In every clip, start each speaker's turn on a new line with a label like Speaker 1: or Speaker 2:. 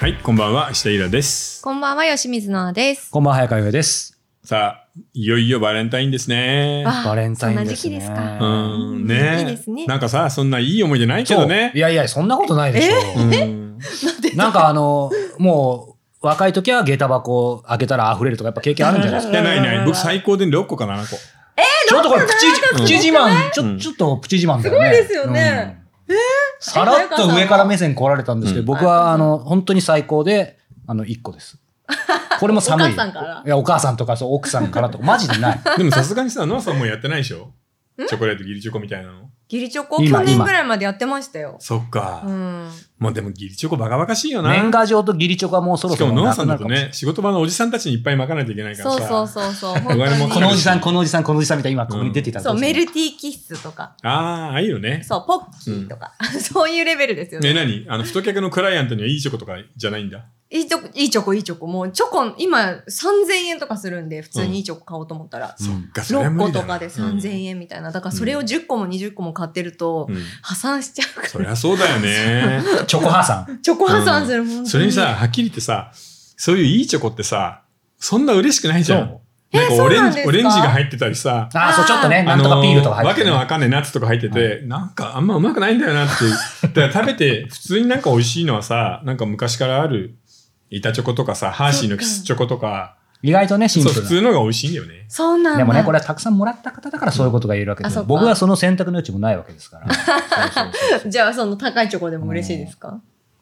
Speaker 1: はい、こんばんは、下平です。
Speaker 2: こんばんは、吉水奈々です。
Speaker 3: こんばんは、早川洋平です。
Speaker 1: さあ、いよいよバレンタインですね。
Speaker 2: あ
Speaker 3: バレンタインです
Speaker 2: そんな時期
Speaker 3: ね。
Speaker 2: です
Speaker 1: う
Speaker 2: か
Speaker 1: ん、ね
Speaker 2: いいですね
Speaker 1: なんかさ、そんないい思い出ないけ
Speaker 3: そ
Speaker 1: ど
Speaker 3: う
Speaker 1: ね
Speaker 3: い。やいや、そんなことないでし
Speaker 1: う
Speaker 3: ょ。
Speaker 1: ん
Speaker 3: なんかあの、もう、若い時は下駄箱開けたら溢れるとかやっぱ経験あるんじゃないです
Speaker 1: い
Speaker 3: か。
Speaker 1: や、ないない。僕最高で6個か7個。
Speaker 3: ちょっとこれプ
Speaker 1: んか
Speaker 3: チ、プチ自慢、ち
Speaker 1: うん
Speaker 3: ょ、ちょっとプチ自慢だよ
Speaker 2: す
Speaker 3: ね。
Speaker 2: ごいですよね
Speaker 3: うん。さらっと上から目線来られたんですけど、
Speaker 1: うん
Speaker 3: 僕はあの、本当に最高で、あの、1個です。これも寒
Speaker 2: お母
Speaker 3: い。
Speaker 2: さんから
Speaker 3: いや、お母さんとか、そう、奥さんからとか、マジ でない。
Speaker 1: でもさすがにさ、ノアさんもうやってないでしょチョコレートギリチョコみたいなの。
Speaker 2: ギリチョコ去
Speaker 3: 今
Speaker 2: 年ぐらいまでやってましたよ。
Speaker 1: そっ
Speaker 2: う
Speaker 1: か。
Speaker 2: ん。
Speaker 1: もうでもギリチョコバカバカしいよ
Speaker 3: 年
Speaker 1: な。
Speaker 3: 賀状と義理チョコはもうそろ
Speaker 1: し
Speaker 3: そ
Speaker 1: か
Speaker 3: ろ
Speaker 1: もノアさんだ
Speaker 3: く
Speaker 1: と
Speaker 3: るもしれない
Speaker 1: ね、仕事場のおじさんたちにいっぱいまかないといけないから
Speaker 2: そう
Speaker 1: さ。
Speaker 2: そうそうそう。本
Speaker 1: 我々も
Speaker 3: こ
Speaker 2: 当
Speaker 3: の
Speaker 2: に
Speaker 3: おじさん、このおじさん、このおじさんみたいな今ここに出ていた
Speaker 2: そう、メル
Speaker 3: ル。
Speaker 2: ティーキッスとか、
Speaker 1: ああ、ああいうよね。
Speaker 2: そう、ポッキーとか、 そういうレベルですよ
Speaker 1: え、
Speaker 2: ね。
Speaker 1: 何あの、太客のクライアントにはいいチョコとかじゃないんだ。
Speaker 2: いいチョコ、いいチョコ、いいチョコ。もうチョコ、今3000円とかするんで、普通にいいチョコ買おうと思ったら。
Speaker 3: うん
Speaker 1: そっか、それは
Speaker 2: 6
Speaker 1: 無
Speaker 2: 個
Speaker 1: 理だ
Speaker 2: と
Speaker 1: な
Speaker 2: かで3000円みたいな。だからそれを10個も20個も買ってると
Speaker 1: うん、うん
Speaker 2: 破産しちゃうか
Speaker 1: そりゃそうだよ ね。
Speaker 3: チョコハさん。
Speaker 2: ら。チョコ破産する、本当に
Speaker 1: それにさ、、はっきり言ってさ、そういういいチョコってさ、そんな嬉しくないじゃん。
Speaker 2: そう
Speaker 1: なん
Speaker 2: え
Speaker 1: か
Speaker 2: そ
Speaker 1: オ
Speaker 2: う
Speaker 1: レ
Speaker 2: な
Speaker 1: ン
Speaker 2: ん
Speaker 1: ジ
Speaker 2: ですか
Speaker 1: オレンジが入ってたりさ、
Speaker 3: あー、そう、ちょっとね、なんとかピールとか入って
Speaker 1: わけ
Speaker 3: る、
Speaker 1: のわかんないナッツとか入ってて、なんかあんまうまくないんだよなっていう。だから食べ て、普通になんか美味しいのはさ、なんか昔からある、板チョコとかさ、ハーシーのキスチョコとか、
Speaker 3: 意外とね、シン
Speaker 1: そう、
Speaker 3: プ
Speaker 1: 普
Speaker 3: ル
Speaker 1: 通のが美味しいんだよね。
Speaker 2: そうなんだ。
Speaker 3: な。でもね、これはたくさんもらった方だからそういうことが言えるわけです
Speaker 2: あそ
Speaker 3: よ。
Speaker 2: っか
Speaker 3: 僕はその選択の余地もないわけですから。そうそうそう
Speaker 2: じゃあその高いチョコでも嬉しいですか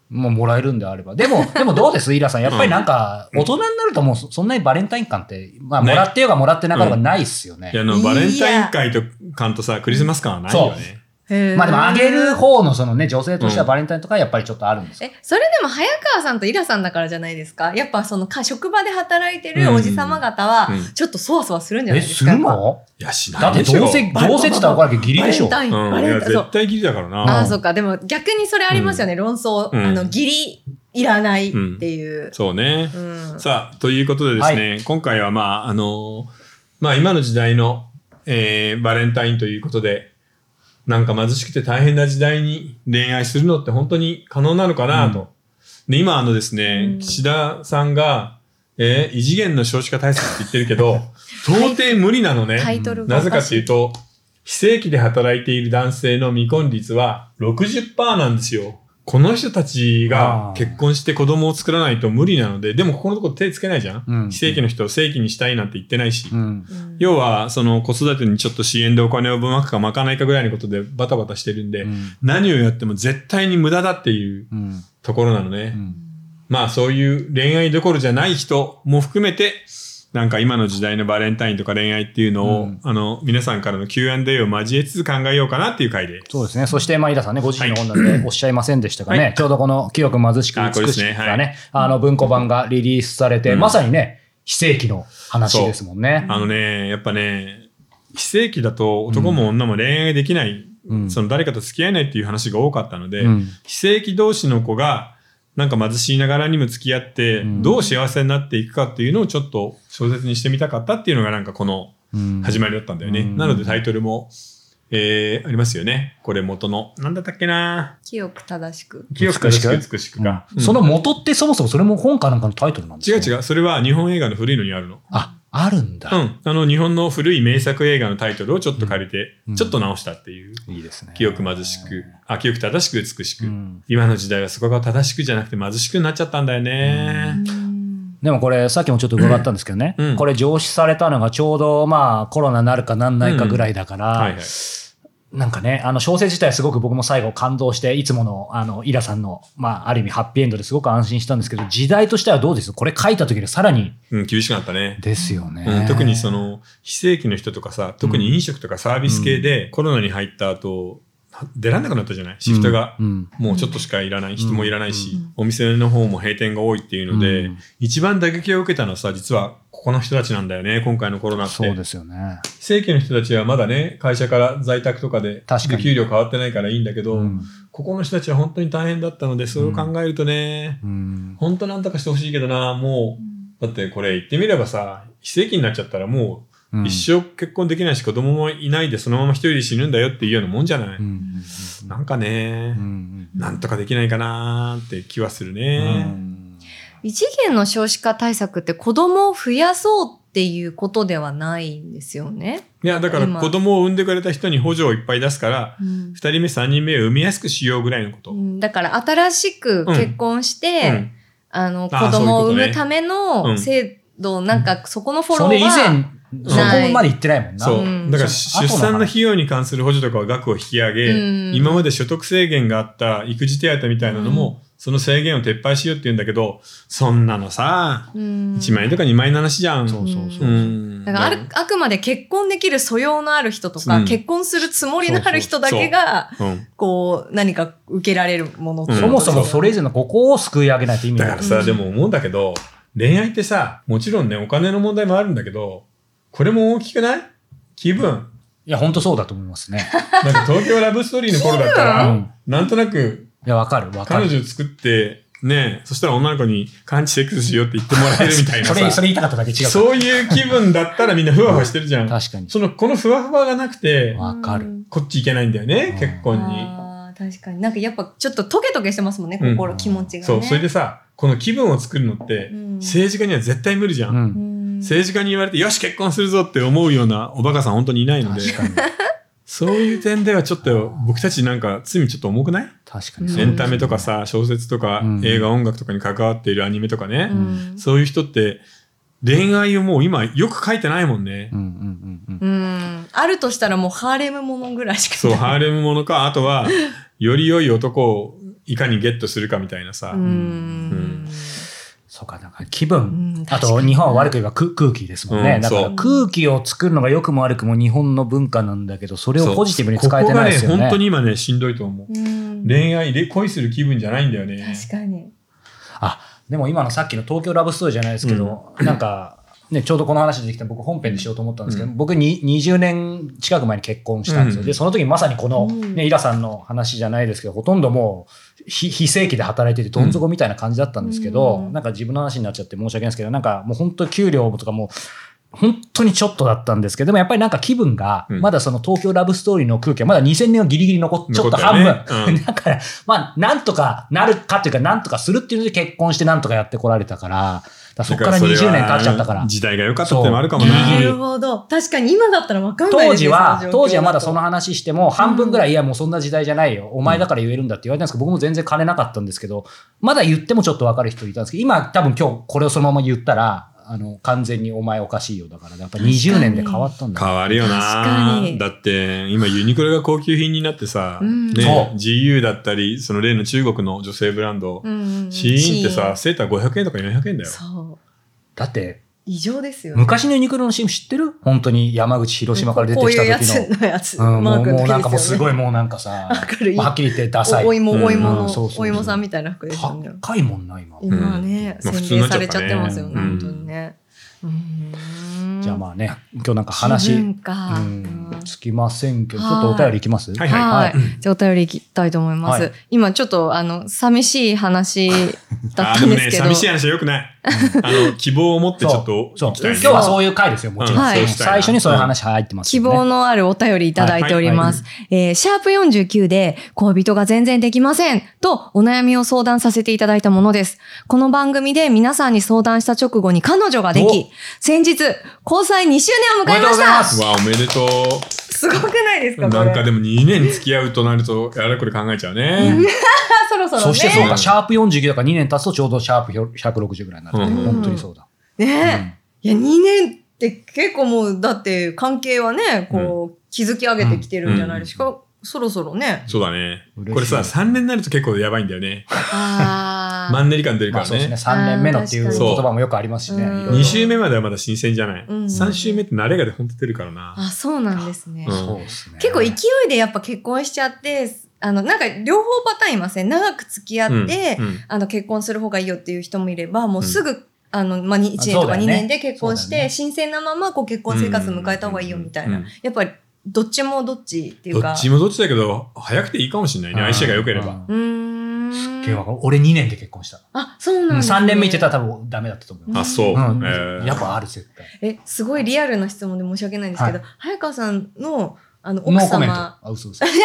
Speaker 3: もうもらえるんであれば。でも、でもどうですイラさん。やっぱりなんか、
Speaker 1: うん
Speaker 3: 大人になるともうそそんなにバレンタイン感って、まあ、
Speaker 1: ね
Speaker 3: もらってようがもらってなかろうがないっすよね。
Speaker 1: いや、あの、
Speaker 2: いや
Speaker 1: バレンタイン会と感とさ、クリスマス感はないよね。
Speaker 3: まあでも、あげる
Speaker 2: 方
Speaker 3: 方のそのね、女性としてはバレンタインとかやっぱりちょっとあるんですよ
Speaker 2: え、それでも早川さんとイラさんだからじゃないですかやっぱそのか職場で働いてるおじさま方は
Speaker 1: うんうん、
Speaker 2: ちょっとそわそわするんじゃな
Speaker 3: え、
Speaker 2: いです
Speaker 3: す
Speaker 2: か、
Speaker 3: る
Speaker 2: やっ
Speaker 3: の
Speaker 1: いや、しな
Speaker 3: だ
Speaker 1: い
Speaker 3: って
Speaker 1: でしょ。
Speaker 3: どうせ、どうせって言ったらこれだけギ
Speaker 2: ぱ
Speaker 3: リ
Speaker 2: バレ
Speaker 3: でしょ
Speaker 2: ン。タイン、
Speaker 1: うん、
Speaker 2: バ
Speaker 1: い
Speaker 2: レ
Speaker 1: や、
Speaker 2: ンタイン。そう
Speaker 1: 絶。対ギリだからな。
Speaker 2: ああ、そっか。でも逆にそれありますよね、論争。
Speaker 1: うん
Speaker 2: あの、ギリいらないっていう。
Speaker 1: そうね。
Speaker 2: うん。
Speaker 1: さあ、ということでですね、今回はまあ、あのーまあ今の時代の、えーバレンタインということで、なんか貧しくて大変な時代に恋愛するのって本当に可能なのかなと。で、今あのですね、
Speaker 2: うん
Speaker 1: 岸田さんが、えー異次元の少子化対策って言ってるけど、到底無理なのね。
Speaker 2: タイトルが
Speaker 1: なぜかって
Speaker 2: し
Speaker 1: いうと、非正規で働いている男性の未婚率は60%なんですよ。この人たちが
Speaker 3: あー
Speaker 1: 結婚して子供を作らないと無理なので、でもここのところ手つけないじゃん、
Speaker 3: うん
Speaker 1: 非正規の人を正規にしたいなんて言ってないし。
Speaker 3: うん。
Speaker 2: うん
Speaker 1: 要は、その子育てにちょっと支援でお金を分まくかまかないかぐらいのことでバタバタしてるんで、
Speaker 3: うん
Speaker 1: 何をやっても絶対に無駄だっていう
Speaker 3: うん。
Speaker 1: ところなのね。
Speaker 3: うん
Speaker 1: まあそういう恋愛どころじゃない人も含めて、なんか今の時代のバレンタインとか恋愛っていうのを、
Speaker 3: うん
Speaker 1: あの、皆さんからの Q&A を交えつつ考えようかなっていう回で。
Speaker 3: そうですね。そして、まあ、イラさんね、ご自身の本なんでおっしゃいませんでしたがね、
Speaker 1: はい
Speaker 3: ちょうどこの清く貧しく
Speaker 1: あこれで
Speaker 3: 美
Speaker 1: す
Speaker 3: し
Speaker 1: ね
Speaker 3: くがね、あの、文庫版がリリースされて、
Speaker 1: うん
Speaker 3: まさにね、非正規の話ですもんね。
Speaker 1: あのね、やっぱね、非正規だと男も女も恋愛できない、
Speaker 3: うん
Speaker 1: その誰かと付き合えないっていう話が多かったので、
Speaker 3: うん
Speaker 1: 非正規同士の子が、なんか貧しいながらにも付き合って、
Speaker 3: うん
Speaker 1: どう幸せになっていくかっていうのをちょっと小説にしてみたかったっていうのがなんかこの
Speaker 3: うん
Speaker 1: 始まりだったんだよね。
Speaker 3: うん
Speaker 1: なのでタイトルも、えーありますよね。これ元の。なんだったっけな
Speaker 2: 清く正しく。
Speaker 1: 清
Speaker 3: 清
Speaker 1: く
Speaker 3: く
Speaker 1: 正
Speaker 3: 正
Speaker 1: し
Speaker 3: しく
Speaker 1: く美しくか。
Speaker 3: うんその
Speaker 1: うん
Speaker 3: 元ってそもそもそれも本かなんかのタイトルなんです
Speaker 1: 違う
Speaker 3: よ
Speaker 1: 違う。それは日本映画の古いのにあるの。
Speaker 3: あ、あるんだ。
Speaker 1: うん。あの、日本の古い名作映画のタイトルをちょっと借りて
Speaker 3: う、ん
Speaker 1: ちょっと直したっていう。
Speaker 3: いいですね。
Speaker 1: 清く貧しく、あ、清く正しく美し
Speaker 3: う
Speaker 1: く。
Speaker 3: ん。
Speaker 1: 今の時代はそこが正しくじゃなくて貧しくなっちゃったんだよね。
Speaker 2: うん
Speaker 3: でもこれ、さっきもちょっと伺ったんですけどね、
Speaker 1: うん
Speaker 3: これ上司されたのがちょうど、まあ、コロナなるかなんないかぐらいだから、
Speaker 1: はいはい。
Speaker 3: なんかね、あの小説自体すごく僕も最後感動して、いつものあのイラさんの、まあ、ある意味ハッピーエンドですごく安心したんですけど、時代としてはどうですこれ書いた時にさらに
Speaker 1: うん、厳しくなったね。
Speaker 3: ですよね。
Speaker 1: うん、特にそ、の非正規の人とかさ特に飲食とかサービス系でコロナに入った後出らんなくなったじゃないシフトが、
Speaker 3: うん、
Speaker 1: もうちょっとしかいらない人もいらないし、
Speaker 2: うん
Speaker 1: お店の方も閉店が多いっていうので、
Speaker 3: うん
Speaker 1: 一番打撃を受けたのはさ実はここの人たちなんだよね今回のコロナって
Speaker 3: そうですよね。
Speaker 1: 非正規の人たちはまだね会社から在宅とかで
Speaker 3: 確かに
Speaker 1: で給料変わってないからいいんだけど、
Speaker 3: うん
Speaker 1: ここの人たちは本当に大変だったのでそれを考えるとね、
Speaker 3: うん
Speaker 1: 本当なんとかしてほしいけどなもうだってこれ言ってみればさ非正規になっちゃったらもう
Speaker 3: うん
Speaker 1: 一生結婚できないし子供もいないでそのまま一人で死ぬんだよっていうようなもんじゃない、
Speaker 3: うん
Speaker 1: なんか
Speaker 3: うんう
Speaker 1: ね、
Speaker 3: ん
Speaker 1: なんとかできないかなーって気はする
Speaker 3: うんう
Speaker 1: ね、
Speaker 3: ん
Speaker 2: 異次元の少子化対策って子供を増やそうっていうことではないんですよね。
Speaker 1: いや、だから
Speaker 2: 今
Speaker 1: 子供を産んでくれた人に補助をいっぱい出すから、
Speaker 2: うん
Speaker 1: 2人目、3人目を産みやすくしようぐらいのこと。
Speaker 2: う
Speaker 1: うん
Speaker 2: んだから新しく結婚して、あの子
Speaker 1: あー
Speaker 2: 供を
Speaker 1: そういうことね
Speaker 2: 産むため
Speaker 1: う
Speaker 2: の
Speaker 1: ん
Speaker 2: 制度、なんかそこのフォロ
Speaker 3: そ
Speaker 2: ー
Speaker 3: れ以
Speaker 2: は
Speaker 3: 前、そこまで行ってないもんな。
Speaker 1: そう、
Speaker 2: うん
Speaker 1: だから
Speaker 3: そ
Speaker 1: 出
Speaker 3: う
Speaker 1: 産の費用に関する補助とかは額を引き上げ、
Speaker 2: うん
Speaker 1: 今まで所得制限があった育児手当みたいなのも、その制限を撤廃しようって言うんだけどそんなのさ
Speaker 2: うん
Speaker 1: 1万円とか2万円の話じゃん。
Speaker 3: そうそうそう。
Speaker 1: ん
Speaker 2: だからあるあくまで結婚できる素養のある人とか、
Speaker 1: うん
Speaker 2: 結婚するつもりのある人だけが、
Speaker 1: うん
Speaker 2: こう、何か受けられるものっていう
Speaker 3: そもそも
Speaker 2: こと
Speaker 3: それ以前のここを救い上げないと意味
Speaker 1: だ
Speaker 3: ない。
Speaker 1: からさ、
Speaker 2: うん
Speaker 1: でも思うんだけど恋愛ってさもちろんねお金の問題もあるんだけどこれも大きくない気分
Speaker 3: いや、本当そうだと思いま すね。
Speaker 1: なんか東京ラブストー リーの頃だった
Speaker 3: う
Speaker 1: ら
Speaker 3: ん
Speaker 1: なんとなく
Speaker 3: いや、わかる、わか
Speaker 1: 彼
Speaker 3: る。
Speaker 1: 女作ってねそしたら女の子に「完治セックスしよう」って言ってもらえるみたいな
Speaker 3: それ、そ
Speaker 1: さ
Speaker 3: れ言いたかっただけ違うか
Speaker 1: そういう気分だったらみんなふわふわしてるじゃ
Speaker 3: ら。
Speaker 1: ん。
Speaker 3: 確かに。
Speaker 1: そのこのふわふわがなくて
Speaker 3: わかる。
Speaker 2: うん
Speaker 1: こっち行けないんだよね
Speaker 3: うん
Speaker 1: 結婚に。
Speaker 2: あー確かに。なんかやっぱちょっとトゲトゲしてますもんね、
Speaker 1: うん
Speaker 2: 心、気持ちが、ね。
Speaker 1: そうそれでさこの気分を作るのって
Speaker 2: うん
Speaker 1: 政治家には絶対無理じゃ。
Speaker 3: うんん。
Speaker 1: 政治家に言われてよし結婚するぞって思うようなおバカさん本当にいないので
Speaker 3: 確かに。
Speaker 1: そういう点ではちょっと僕たちなんか罪ちょっと重くない
Speaker 3: 確かに
Speaker 2: うん
Speaker 1: エンタメとかさ小説とか
Speaker 3: うん
Speaker 1: 映画音楽とかに関わっているアニメとかね、
Speaker 2: うん
Speaker 1: そういう人って恋愛をもう今よく書いてないもんね。
Speaker 3: うんうんうんうん。
Speaker 2: うんあるとしたらもうハーレムものぐらいしか
Speaker 1: そう、ハーレムものか、あとは、より良い男をいかにゲットするかみたいなさ。
Speaker 2: うん
Speaker 1: うん
Speaker 3: そうか、だから気分。
Speaker 2: うん
Speaker 3: あ
Speaker 2: 確か
Speaker 3: と、
Speaker 2: に
Speaker 3: 日本は悪く言えば空空気ですもん
Speaker 1: う
Speaker 3: ね。
Speaker 1: ん
Speaker 3: だか
Speaker 1: そ
Speaker 3: ら
Speaker 1: う
Speaker 3: 空気を作るのが良くも悪くも日本の文化なんだけど、それをポジティブに使えてないです
Speaker 1: そ
Speaker 3: よ
Speaker 1: うここがね、
Speaker 3: ね
Speaker 1: 本当。に今ね、しんどいと思う。
Speaker 2: うん
Speaker 1: 恋愛、で恋する気分じゃないんだよね。
Speaker 2: 確かに。
Speaker 3: あ、でも今のさっきの東京ラブストーリーじゃないですけど、なんか、ね、ちょうどこの話出てきた僕本編でしようと思ったんですけど、
Speaker 1: う
Speaker 3: 僕に20年近く前に結婚したんですよ。
Speaker 1: うん
Speaker 3: で、その時まさにこの、
Speaker 2: うん
Speaker 3: ね、イラさんの話じゃないですけど、ほとんどもう、ひ非正規で働いててどん底みたいな感じだったんですけど、
Speaker 2: うん
Speaker 3: なんか自分の話になっちゃって申し訳ないですけど、なんかもう本当給料とかもう、本当にちょっとだったんですけど、でもやっぱりなんか気分が、
Speaker 1: うん
Speaker 3: まだその東京ラブストーリーの空気はまだ2000年はギリギリ残っ、ちょっと半
Speaker 1: 残ったよね
Speaker 3: 分。
Speaker 1: うん
Speaker 3: だから、まあ、なんとかなるかというか、なんとかするっていうので結婚してなんとかやってこられたから、だからそこから
Speaker 1: だれは
Speaker 3: 20年経っちゃったから。
Speaker 1: 時代が良かったってのもあるかも
Speaker 3: そう
Speaker 1: な。
Speaker 2: な
Speaker 3: ギリギ
Speaker 2: るほど。確かに今だったらわかんない
Speaker 3: 当
Speaker 2: です
Speaker 3: 時
Speaker 2: ね
Speaker 3: は、当時はまだその
Speaker 2: の
Speaker 3: 話しても、半分ぐらい、いやもうそんな時代じゃないよ。お前だから言えるんだって言われたんですけど、僕も全然金なかったんですけど、まだ言ってもちょっとわかる人いたんですけど、今多分今日これをそのまま言ったら、あの、完全にお前おかしいよだから、やっぱ20年で変わったんだ
Speaker 1: 変わるよ
Speaker 2: 確か
Speaker 1: な
Speaker 2: に
Speaker 1: だって今ユニクロが高級品になってさ、
Speaker 2: うん
Speaker 1: ね
Speaker 3: そ、
Speaker 1: GU だったりその例の中国の女性ブランド、
Speaker 2: うん
Speaker 1: シーンってさ、セーター500円とか400円だよ。
Speaker 2: そう。
Speaker 3: だって、
Speaker 2: 異常ですよね。
Speaker 3: 昔のユニクロの CM 知ってる本当に山口広島から出てきた
Speaker 2: こういうや
Speaker 3: 時の
Speaker 2: つ。のやつ。
Speaker 3: うん、も
Speaker 2: マ
Speaker 3: う
Speaker 2: ークの
Speaker 3: もうなんかもう
Speaker 2: ですすよね
Speaker 3: ごいもうなん かさ、
Speaker 2: わかる
Speaker 3: まあはっきり言ってダサい。
Speaker 2: おお芋、
Speaker 1: うん
Speaker 2: お芋
Speaker 3: うん
Speaker 2: の
Speaker 3: そうそうそう、
Speaker 2: お芋さんみたいな服ですよね。
Speaker 3: 高いもんな、今。
Speaker 2: 今はね、
Speaker 1: うんまあ
Speaker 2: 洗練されちゃってますよね、
Speaker 1: 普
Speaker 2: 本
Speaker 1: 通
Speaker 2: 当
Speaker 1: に
Speaker 2: にね。
Speaker 3: じゃあまあね、今日なんか
Speaker 2: あ
Speaker 3: 話、うん、
Speaker 2: か。うん
Speaker 3: つきませんけど、ちょっとお便りいきます
Speaker 1: はい
Speaker 2: はい。
Speaker 3: はい
Speaker 2: じゃあお便りいきたいと思います。
Speaker 3: はい
Speaker 2: 今ちょっと、あの、寂しい話
Speaker 1: あ
Speaker 2: だっ
Speaker 1: ー
Speaker 2: た
Speaker 1: で
Speaker 2: ん
Speaker 1: も
Speaker 2: です
Speaker 1: ね、
Speaker 2: けど。
Speaker 1: 寂しい話はよくない。あの、希望を持ってちょっと
Speaker 3: そ
Speaker 1: 行
Speaker 3: う
Speaker 1: き
Speaker 3: そ
Speaker 1: たい
Speaker 3: う。今
Speaker 1: ね。
Speaker 3: 日はそういう回ですよ、もちろん。
Speaker 2: はい
Speaker 3: そうしたいな最初にそういう話入ってます、
Speaker 2: 希望。のあるお便りいただいております。えーシャープ49で、恋人が全然できませんとお悩みを相談させていただいたものです。この番組で皆さんに相談した直後に彼女ができ
Speaker 3: お、
Speaker 2: 先日、交際2周年を迎えま
Speaker 3: おめでとうご
Speaker 2: し
Speaker 3: ざいま
Speaker 2: た
Speaker 3: す
Speaker 2: す
Speaker 1: うわ、おめでと
Speaker 2: ごくないですか
Speaker 1: う。
Speaker 2: こ
Speaker 1: な
Speaker 2: れ
Speaker 1: んかでも2年付き合うとなると、あれこれ考えちゃうね。
Speaker 2: あ そろそろね。
Speaker 3: そしてそう
Speaker 1: ね
Speaker 3: か、シャープ49だから2年経つとちょうどシャープ160ぐらいになる、
Speaker 1: うん
Speaker 3: 本当にそうだ。
Speaker 2: ねえ、いや、2年って結構もう、だって関係はね、こう、築き上げてきてるんじゃないですか。そろそろ ね。
Speaker 1: そうだね。
Speaker 3: 嬉しい
Speaker 1: これさ、3年になると結構やばいんだよね。
Speaker 2: あ
Speaker 1: マンネリ感出るか
Speaker 3: まあ
Speaker 1: ら
Speaker 3: そうですね、
Speaker 1: ね。
Speaker 3: 3年目のっていう言葉もよくありますしね。
Speaker 2: あー確かに
Speaker 3: い
Speaker 1: 2
Speaker 3: ろいろ
Speaker 2: うん
Speaker 1: 週目まではまだ新鮮じゃない。
Speaker 2: うん
Speaker 1: 3週目って慣れがで本当出るからな。
Speaker 2: あ、そうなんですね。
Speaker 1: うん
Speaker 3: そうですね。
Speaker 2: 結構勢いでやっぱ結婚しちゃって、あの、なんか両方パターンいません。長く付き合って、
Speaker 1: うんうん
Speaker 2: あの、結婚する方がいいよっていう人もいれば、もうすぐ、あの、まあ、1年
Speaker 3: そう
Speaker 2: と
Speaker 3: だ
Speaker 2: か
Speaker 3: よね
Speaker 2: 2年で結婚し
Speaker 3: そうだよ
Speaker 2: て、
Speaker 3: ね
Speaker 2: 新鮮なまま、こう結婚生活迎えた方がいいよみたいな。
Speaker 1: うん
Speaker 2: やっぱり、どっちもどっちっていう
Speaker 1: ど
Speaker 2: か。
Speaker 1: っちもどっちだけど、早くていいかもしれないね。相性が良ければ。。
Speaker 2: うーん。
Speaker 3: 今日は俺2年で結婚した。
Speaker 2: あ、そうなん
Speaker 3: う
Speaker 2: だ、
Speaker 3: ん
Speaker 2: ね。
Speaker 3: 3年目行ってたら多分ダメだったと思います。
Speaker 1: あ、そう。え
Speaker 3: うん
Speaker 1: ー
Speaker 3: やっぱある絶対。
Speaker 2: え、すごいリアルな質問で申し訳ないんですけど、
Speaker 3: は
Speaker 2: 早川さんのあの、
Speaker 3: ノ
Speaker 2: 奥
Speaker 3: ーコメント。
Speaker 2: 様
Speaker 3: あ、、嘘嘘。ちょっ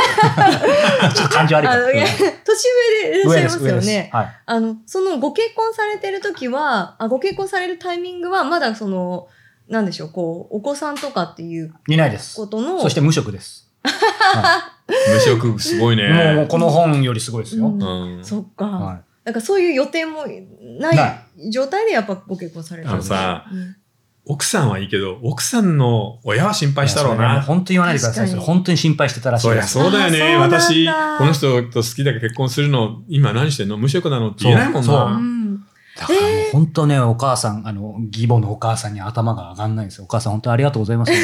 Speaker 3: と感情悪いか
Speaker 2: あの、いや、
Speaker 3: ら。
Speaker 2: 年上でいらっしゃいますよね。
Speaker 3: はい。
Speaker 2: あの、その、ご結婚されてる時は、あ、ご結婚されるタイミングは、まだその、なんでしょう、こう、お子さんとかっていう
Speaker 3: いないです。
Speaker 2: ことの、
Speaker 3: そして無職です。
Speaker 1: 無職部すごい
Speaker 3: もうもう
Speaker 1: ね。
Speaker 3: この本よりすごいです
Speaker 2: う
Speaker 3: よ
Speaker 2: ん。
Speaker 1: うん。
Speaker 2: そっか、
Speaker 3: は
Speaker 2: なんかそういう予定もな
Speaker 3: ない
Speaker 2: 状態でやっぱご結婚されてるんですね
Speaker 1: あのさ
Speaker 2: うん
Speaker 1: 奥さんはいいけど、奥さんの親は心
Speaker 3: い
Speaker 1: 配したろう
Speaker 3: いやそれねも
Speaker 1: な。
Speaker 3: 本当に言わないでください。
Speaker 2: 確かに
Speaker 3: それ本当に心配してたらしい
Speaker 1: そり
Speaker 3: で
Speaker 1: ゃ
Speaker 3: す。
Speaker 1: そうだよね。
Speaker 2: あそうなんだ
Speaker 1: 私、この人と好きだけど結婚するの、今何してんの無職なのって言えないもん
Speaker 3: そう
Speaker 1: な。
Speaker 3: だからね、本当ね、お母さん、あの、義母のお母さんに頭が上がんないんですよ。お母さん本当にありがとうございます。本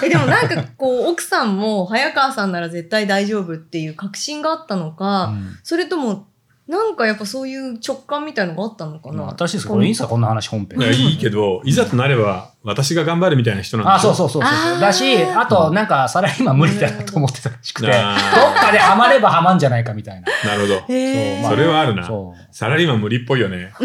Speaker 3: 当に
Speaker 2: えでもなんかこう奥さんも早川さんなら絶対大丈夫っていう確信があったのか、
Speaker 3: うん
Speaker 2: それともなんかやっぱそういう直感みたいのがあったのかな、
Speaker 3: 私ですかこれいいんですかこんな話本編
Speaker 1: い。やいいけど、いざとなれば、私が頑張るみたいな人なんだ
Speaker 3: あ、そうそうそうそう
Speaker 2: あ
Speaker 3: そう。
Speaker 2: ー
Speaker 3: だし、あと、なんか、サラリーマン無理だなと思ってたらしくて、どっ
Speaker 1: あ
Speaker 3: かでハマればハマんじゃないかみたいな。
Speaker 1: なるほど。
Speaker 2: へー
Speaker 3: そうまあ
Speaker 1: それはあるな。
Speaker 3: そ
Speaker 1: サラリーマン無理っぽいよね。
Speaker 3: う。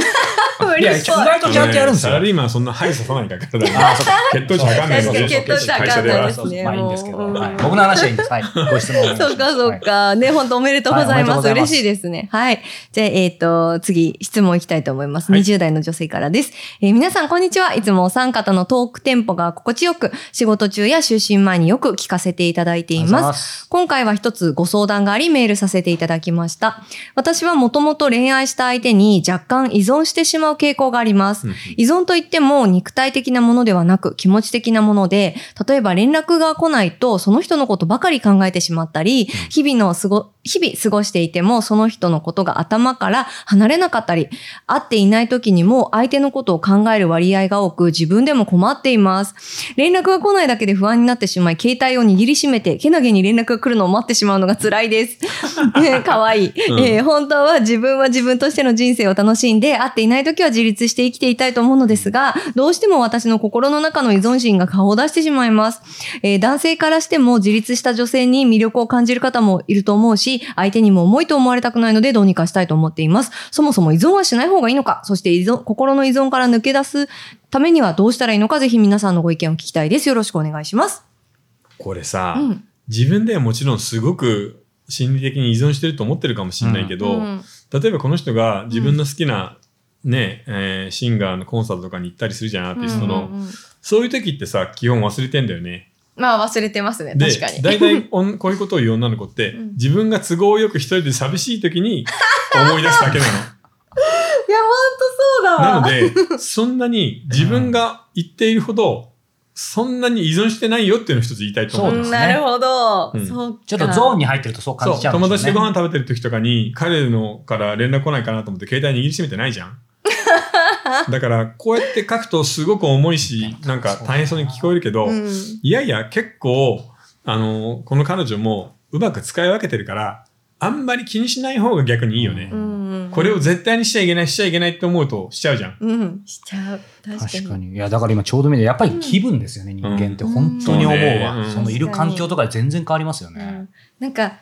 Speaker 3: いや、意外とちゃんとやるんです
Speaker 1: サラ
Speaker 3: よ。
Speaker 1: リーマンそんな針刺さないから体に。
Speaker 3: あー、そうか。
Speaker 1: 血糖値測んない
Speaker 2: 確かに血糖値測んないですね
Speaker 3: そうそうまあいいんですけど、
Speaker 2: うん
Speaker 3: はい僕の話はいいんです。はい。ご質問お願いしま
Speaker 2: そ
Speaker 3: す
Speaker 2: うか、そう。か。ね、本当おめでとうございます。
Speaker 3: はいおめでとうございま
Speaker 2: 嬉
Speaker 3: す
Speaker 2: しいですね。はい。じゃあ、えっ、と、次、質問いきたいと思います。
Speaker 1: はい
Speaker 2: 20代の女性からです。えー皆さん、こんにちは。いつもお三方のトークテンポが心地よく、仕事中や就寝前によく聞かせていただいています。
Speaker 3: す。
Speaker 2: 今回は一つご相談がありメールさせていただきました。私はもともと恋愛した相手に若干依存してしまう傾向があります。
Speaker 1: うんうん
Speaker 2: 依存といっても肉体的なものではなく気持ち的なもので、例えば連絡が来ないとその人のことばかり考えてしまったり、日々のすご、日々過ごしていてもその人のことが頭から離れなかったり、会っていない時にも相手のことを考える割合が多く自分でも困っています。連絡が来ないだけで不安になってしまい、携帯を握りしめて、けなげに連絡が来るのを待ってしまうのが辛いです。 かわいい、
Speaker 1: うん
Speaker 2: えー本当は自分は自分としての人生を楽しんで、会っていない時は自立して生きていたいと思うのですが、どうしても私の心の中の依存心が顔を出してしまいます。えー男性からしても自立した女性に魅力を感じる方もいると思うし、相手にも重いと思われたくないのでどうにかしたいと思っています。そもそも依存はしない方がいいのか、そして依存、心の依存から抜け出すためにはどうしたらいいのか、ぜひ皆さんのご意見を聞きたいです。よろしくお願いします。
Speaker 1: これさ
Speaker 2: う、ん。
Speaker 1: 自分ではもちろんすごく心理的に依存してると思ってるかもしれないけど、
Speaker 2: うん
Speaker 1: 例えばこの人が自分の好きな、ねえーシンガーのコンサートとかに行ったりするじゃんアーティストの、
Speaker 2: うんうんうん
Speaker 1: そういう時ってさ基本忘れてんだよね
Speaker 2: まあ忘れてますね、
Speaker 1: で
Speaker 2: 確かに。
Speaker 1: 大体おんこういうことを言う女の子って、
Speaker 2: うん
Speaker 1: 自分が都合よく一人で寂しい時に思い出すだけなの
Speaker 2: いや、ほんとそうだ
Speaker 1: な
Speaker 2: わ。
Speaker 1: のでそんなに自分が言っているほどそんなに依存してないよっていうのを一つ言いたいと思
Speaker 3: そうう
Speaker 1: の
Speaker 3: で
Speaker 2: うん
Speaker 3: すね
Speaker 2: なるほど。
Speaker 1: うん
Speaker 2: そうか
Speaker 3: ちょっとゾーンに入ってるとそう感じち
Speaker 1: そ
Speaker 3: ゃ
Speaker 1: う
Speaker 3: うん
Speaker 1: 友
Speaker 3: です
Speaker 1: 達
Speaker 3: よ
Speaker 1: と
Speaker 3: ね。
Speaker 1: ご飯食べてる時とかに彼のから連絡来ないかなと思って携帯握りしめてない じゃんだからこうやって書くとすごく重いしなんか大変そうに聞こえるけど、
Speaker 2: うん
Speaker 1: いやいや結構あのこの彼女もうまく使い分けてるからあんまり気にしない方が逆にいいよね、
Speaker 2: うんうん
Speaker 1: これを絶対にしちゃいけないしちゃいけないって思うとしちゃうじゃん
Speaker 2: うん、しちゃう。確かに。
Speaker 3: 確かに。いや、だから今ちょうど見て、やっぱり気分ですよね、人間って。
Speaker 2: うん
Speaker 3: 本当に
Speaker 1: そ
Speaker 3: 思う
Speaker 1: うねう
Speaker 3: わ。
Speaker 1: ん
Speaker 3: そのいる環境とかで全然変わりますよ
Speaker 2: う
Speaker 3: ね
Speaker 2: ん。なんか、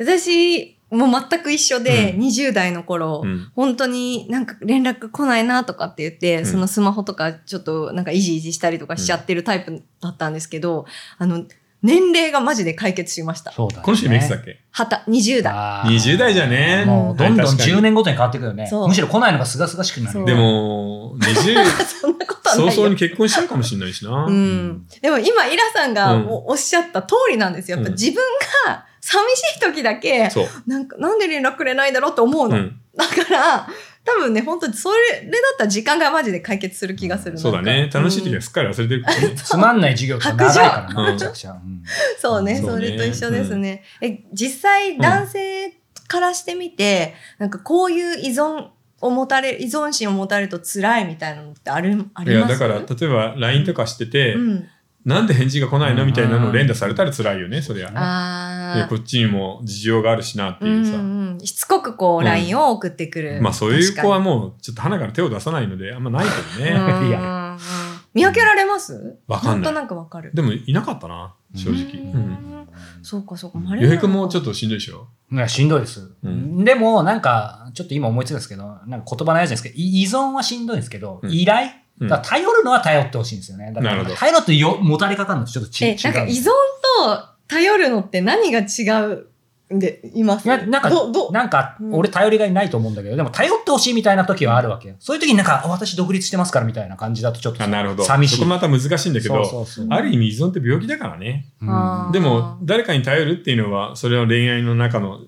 Speaker 2: 私も全く一緒で、
Speaker 1: うん
Speaker 2: 20代の頃、
Speaker 1: うん
Speaker 2: 本当になんか連絡来ないなとかって言って、
Speaker 1: うん
Speaker 2: そのスマホとかちょっとなんかイジイジしたりとかしちゃってるタイプだったんですけど、あの、年齢がマジで解決しました。
Speaker 3: そうだね。
Speaker 1: この人いくつだっけ
Speaker 2: はた、20代。
Speaker 3: あー
Speaker 1: 20代じゃね
Speaker 3: もうどんどん
Speaker 1: はい確かに
Speaker 3: 10年ごとに変わってくるよね
Speaker 2: そう。
Speaker 3: むしろ来ないのがすがすがしくな
Speaker 2: そう
Speaker 1: で
Speaker 3: る。
Speaker 1: も20
Speaker 2: そんなことはないよ。
Speaker 1: 早々に結婚しちゃうかもしれないしな、
Speaker 2: うん、でも今イラさんが
Speaker 1: うん
Speaker 2: おおっしゃった通りなんですよやっぱ
Speaker 1: うん
Speaker 2: 自分が寂しい時だけ
Speaker 1: そう、
Speaker 2: なんかなんで連絡くれないんだろうって思う
Speaker 1: う
Speaker 2: の、
Speaker 1: ん、
Speaker 2: だから多分ね本当にそれだったら時間がマジで解決する気がする
Speaker 1: そうだね楽しい時は
Speaker 2: す、
Speaker 1: すっかり忘れてるからね
Speaker 3: つまんない授業とか長いか
Speaker 1: 白
Speaker 3: らな、
Speaker 1: 状
Speaker 3: めちゃくちゃ。うん
Speaker 2: うんそうね
Speaker 1: そ
Speaker 2: そう
Speaker 1: ね
Speaker 2: れと一緒ですね、え実際男性からしてみて、なんかこういう依存を持たれ依存心を持たれると辛いみたいなのってあるあ
Speaker 1: い
Speaker 2: り
Speaker 1: や
Speaker 2: ます
Speaker 1: だから例えば LINE とかしてて、
Speaker 2: うん、
Speaker 1: なんで返事が来ないのみたいなの
Speaker 3: う
Speaker 1: を
Speaker 3: ん
Speaker 1: 連打されたら辛いよね、そりゃ。
Speaker 2: あ
Speaker 1: い
Speaker 2: ー
Speaker 1: やこっちにも事情があるしなっていうさ。
Speaker 2: んうん、しつこくこ
Speaker 1: う
Speaker 2: うん LINE を送ってくる、
Speaker 1: まあそういう子は
Speaker 2: 確
Speaker 1: もうちょっと花から手を出さないのであんま ないけど
Speaker 2: か
Speaker 1: ね。
Speaker 2: にうん
Speaker 3: いや
Speaker 2: うん見分けられます
Speaker 1: わかんない
Speaker 2: んとなくわかる
Speaker 1: でもいなかったな、正直。
Speaker 2: う
Speaker 1: うん。
Speaker 2: んそうかそうか
Speaker 1: 予約もちょっ
Speaker 2: と
Speaker 1: としんどいでしょ。
Speaker 3: いや、しんどいです。
Speaker 1: うん
Speaker 3: でも、なんか、ちょっと今思いついたんですけど、なんか言葉ないじゃないですけど、い依存はしんどいんですけど、
Speaker 1: うん
Speaker 3: 依頼
Speaker 1: うん
Speaker 3: だから頼るのは頼ってほしいんですよね。だか
Speaker 1: なる
Speaker 3: ら
Speaker 1: ほど
Speaker 3: 頼るとよもたれかかるのとちょっとち違
Speaker 2: え
Speaker 3: う。
Speaker 2: なんか依存と頼るのって何が違うんで、います
Speaker 3: いや、なんか
Speaker 2: ど、ど、
Speaker 3: なんか、
Speaker 2: うん
Speaker 3: 俺頼りがいないと思うんだけど、でも頼ってほしいみたいな時はあるわけよ。そういう時になんか、あ私独立してますからみたいな感じだとちょっと
Speaker 1: あなるほど。
Speaker 3: 寂しい。
Speaker 1: そこまた難しいんだけど、
Speaker 3: そうそうそう
Speaker 1: ある意味依存って病気だからね。
Speaker 3: うん
Speaker 2: あー
Speaker 1: でも、誰かに頼るっていうのは、それは恋愛の中の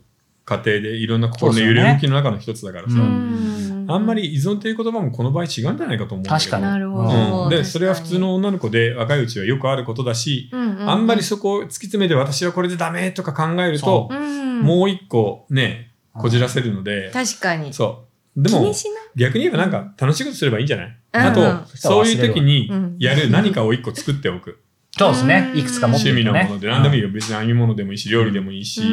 Speaker 1: 過程でいろんな心の揺れ動きの中の一つだからさ、
Speaker 3: そうですよね
Speaker 2: うん
Speaker 1: あんま、り依存っていう言葉もこの場合違うんじゃないかと思うんだけど。
Speaker 3: 確かに
Speaker 2: なる
Speaker 1: う
Speaker 2: ほど。
Speaker 1: ん、で
Speaker 2: 確かに
Speaker 1: それは普通、の女の子で若いうちはよくあることだし、
Speaker 2: ううう
Speaker 1: あんまりそこを突き詰めて私はこれでダメとか考えると
Speaker 2: う、ん、
Speaker 1: もう一個ねこじらせるので、
Speaker 2: 確かに。
Speaker 1: そうで
Speaker 2: 気
Speaker 1: も
Speaker 2: にしない。
Speaker 1: 逆に言えばなんか楽しいことすればいいんじゃない、
Speaker 2: うん
Speaker 1: あ
Speaker 2: うん
Speaker 1: とそういう時に
Speaker 2: うん
Speaker 1: やる何かを一個作っておく、
Speaker 3: そうですね。
Speaker 2: うん
Speaker 3: いくつか持って
Speaker 1: 趣味
Speaker 3: る
Speaker 1: の
Speaker 3: とね。
Speaker 1: もので何でもいいよ別に編み物でもいいし料理でもいいし、
Speaker 2: う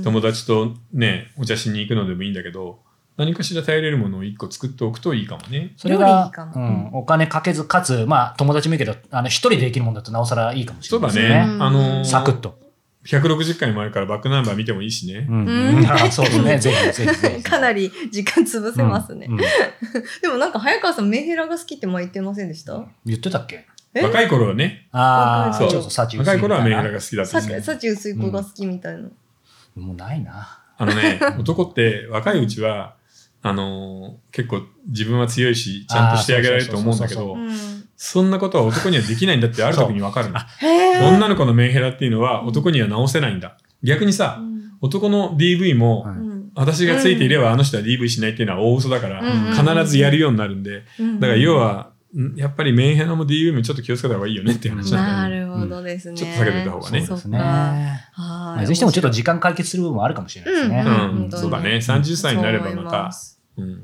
Speaker 2: ん
Speaker 1: 友達とねお茶しに行くのでもいいんだけど何かしら頼れるものを一個作っておくといいかもね。
Speaker 3: それ
Speaker 2: 料理い
Speaker 3: が
Speaker 2: いかも
Speaker 3: うん、お金かけず、かつ、まあ、友達もいいけど、あの、一人でできるもんだとなおさらいいかもし
Speaker 1: そ
Speaker 3: れ
Speaker 1: う
Speaker 3: ない
Speaker 1: だ
Speaker 3: です
Speaker 1: ね
Speaker 3: よ。
Speaker 2: う
Speaker 3: ね。
Speaker 2: ん
Speaker 1: あのー
Speaker 3: サクッと。
Speaker 1: 160回もあるからバックナンバー見てもいいしね。
Speaker 3: うん
Speaker 2: うん
Speaker 3: あそうですね。ぜひ、ぜひぜひ。
Speaker 2: かなり時間潰せますね。
Speaker 3: うんうん
Speaker 2: でもなんか早川さんメンヘラが好きって前言ってませんでした
Speaker 3: 言ってたっけ
Speaker 2: え
Speaker 1: 若い頃はね、
Speaker 3: ああ、
Speaker 2: そう
Speaker 3: ちょっとサチ
Speaker 1: 若い頃はメンヘラ
Speaker 3: が。
Speaker 1: が好きだった
Speaker 2: さ
Speaker 1: し、ね、
Speaker 2: 幸薄い子が好きみたいな。
Speaker 3: もうないな。
Speaker 1: あのね、男って若いうちは、あのー結構自分は強いし、ちゃんとしてあげられると思うんだけ
Speaker 3: あーそ
Speaker 1: ど
Speaker 2: う、ん
Speaker 1: そんなことは男にはできないんだってある時にわかるの。
Speaker 2: へー
Speaker 1: 女の子のメンヘラっていうのは男には直せないんだ。逆に
Speaker 2: う
Speaker 1: さ、
Speaker 2: ん
Speaker 1: 男の DV も、
Speaker 3: はい
Speaker 2: うん
Speaker 1: 私がついていればあの人は DV しないっていうのは大嘘だから、必ずやるようになるんで、
Speaker 2: うん
Speaker 1: だから要は、んやっぱりメンヘラも DV もちょっと気をつけた方がいいよねっていう話なんだよね。
Speaker 2: なるほどですね。
Speaker 1: ちょっと避けてた方がね
Speaker 2: そう
Speaker 3: で
Speaker 2: か
Speaker 3: すね。
Speaker 2: は
Speaker 3: まあ
Speaker 2: い。
Speaker 3: いずれにしてもちょっと時間解決する部分もあるかもしれないですね。
Speaker 1: うん
Speaker 2: うん
Speaker 1: そうだね。30歳になればまた。うん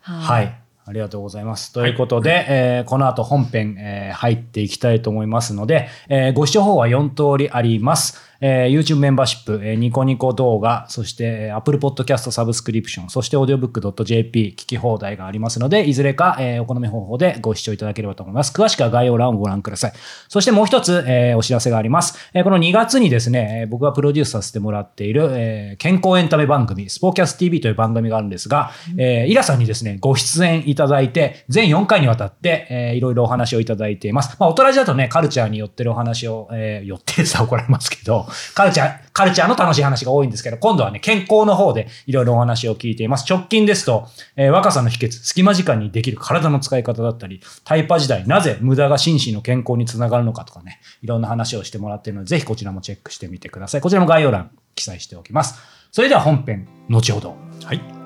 Speaker 3: は
Speaker 2: はい。
Speaker 3: い。ありがとうございます。ということで、えーこの後本編、えー入っていきたいと思いますので、えーご視聴方法は4通りあります。えー YouTube メンバーシップ、えーニコニコ動画、そしてえー Apple Podcast サブスクリプション、そして audiobook.jp 聞き放題がありますので、いずれか、えーお好み方法でご視聴いただければと思います。詳しくは概要欄をご覧ください。そしてもう一つ、えーお知らせがあります。えーこの2月にですね、えー僕がプロデュースさせてもらっている、えー健康エンタメ番組、スポーキャス TV という番組があるんですが、えーイラさんにですね、ご出演いただいて、全4回にわたって、えーいろいろお話をいただいています。まあ、大人だとね、カルチャーに寄ってるお話を、えー寄ってさ、怒られますけど、カルチャー、カルチャーの楽しい話が多いんですけど、今度はね、健康の方でいろいろお話を聞いています。直近ですと、えー若さの秘訣、隙間時間にできる体の使い方だったり、タイパ時代、なぜ無駄が心身の健康につながるのかとかね、いろんな話をしてもらっているので、ぜひこちらもチェックしてみてください。こちらも概要欄記載しておきます。それでは本編、後ほど。
Speaker 1: はい。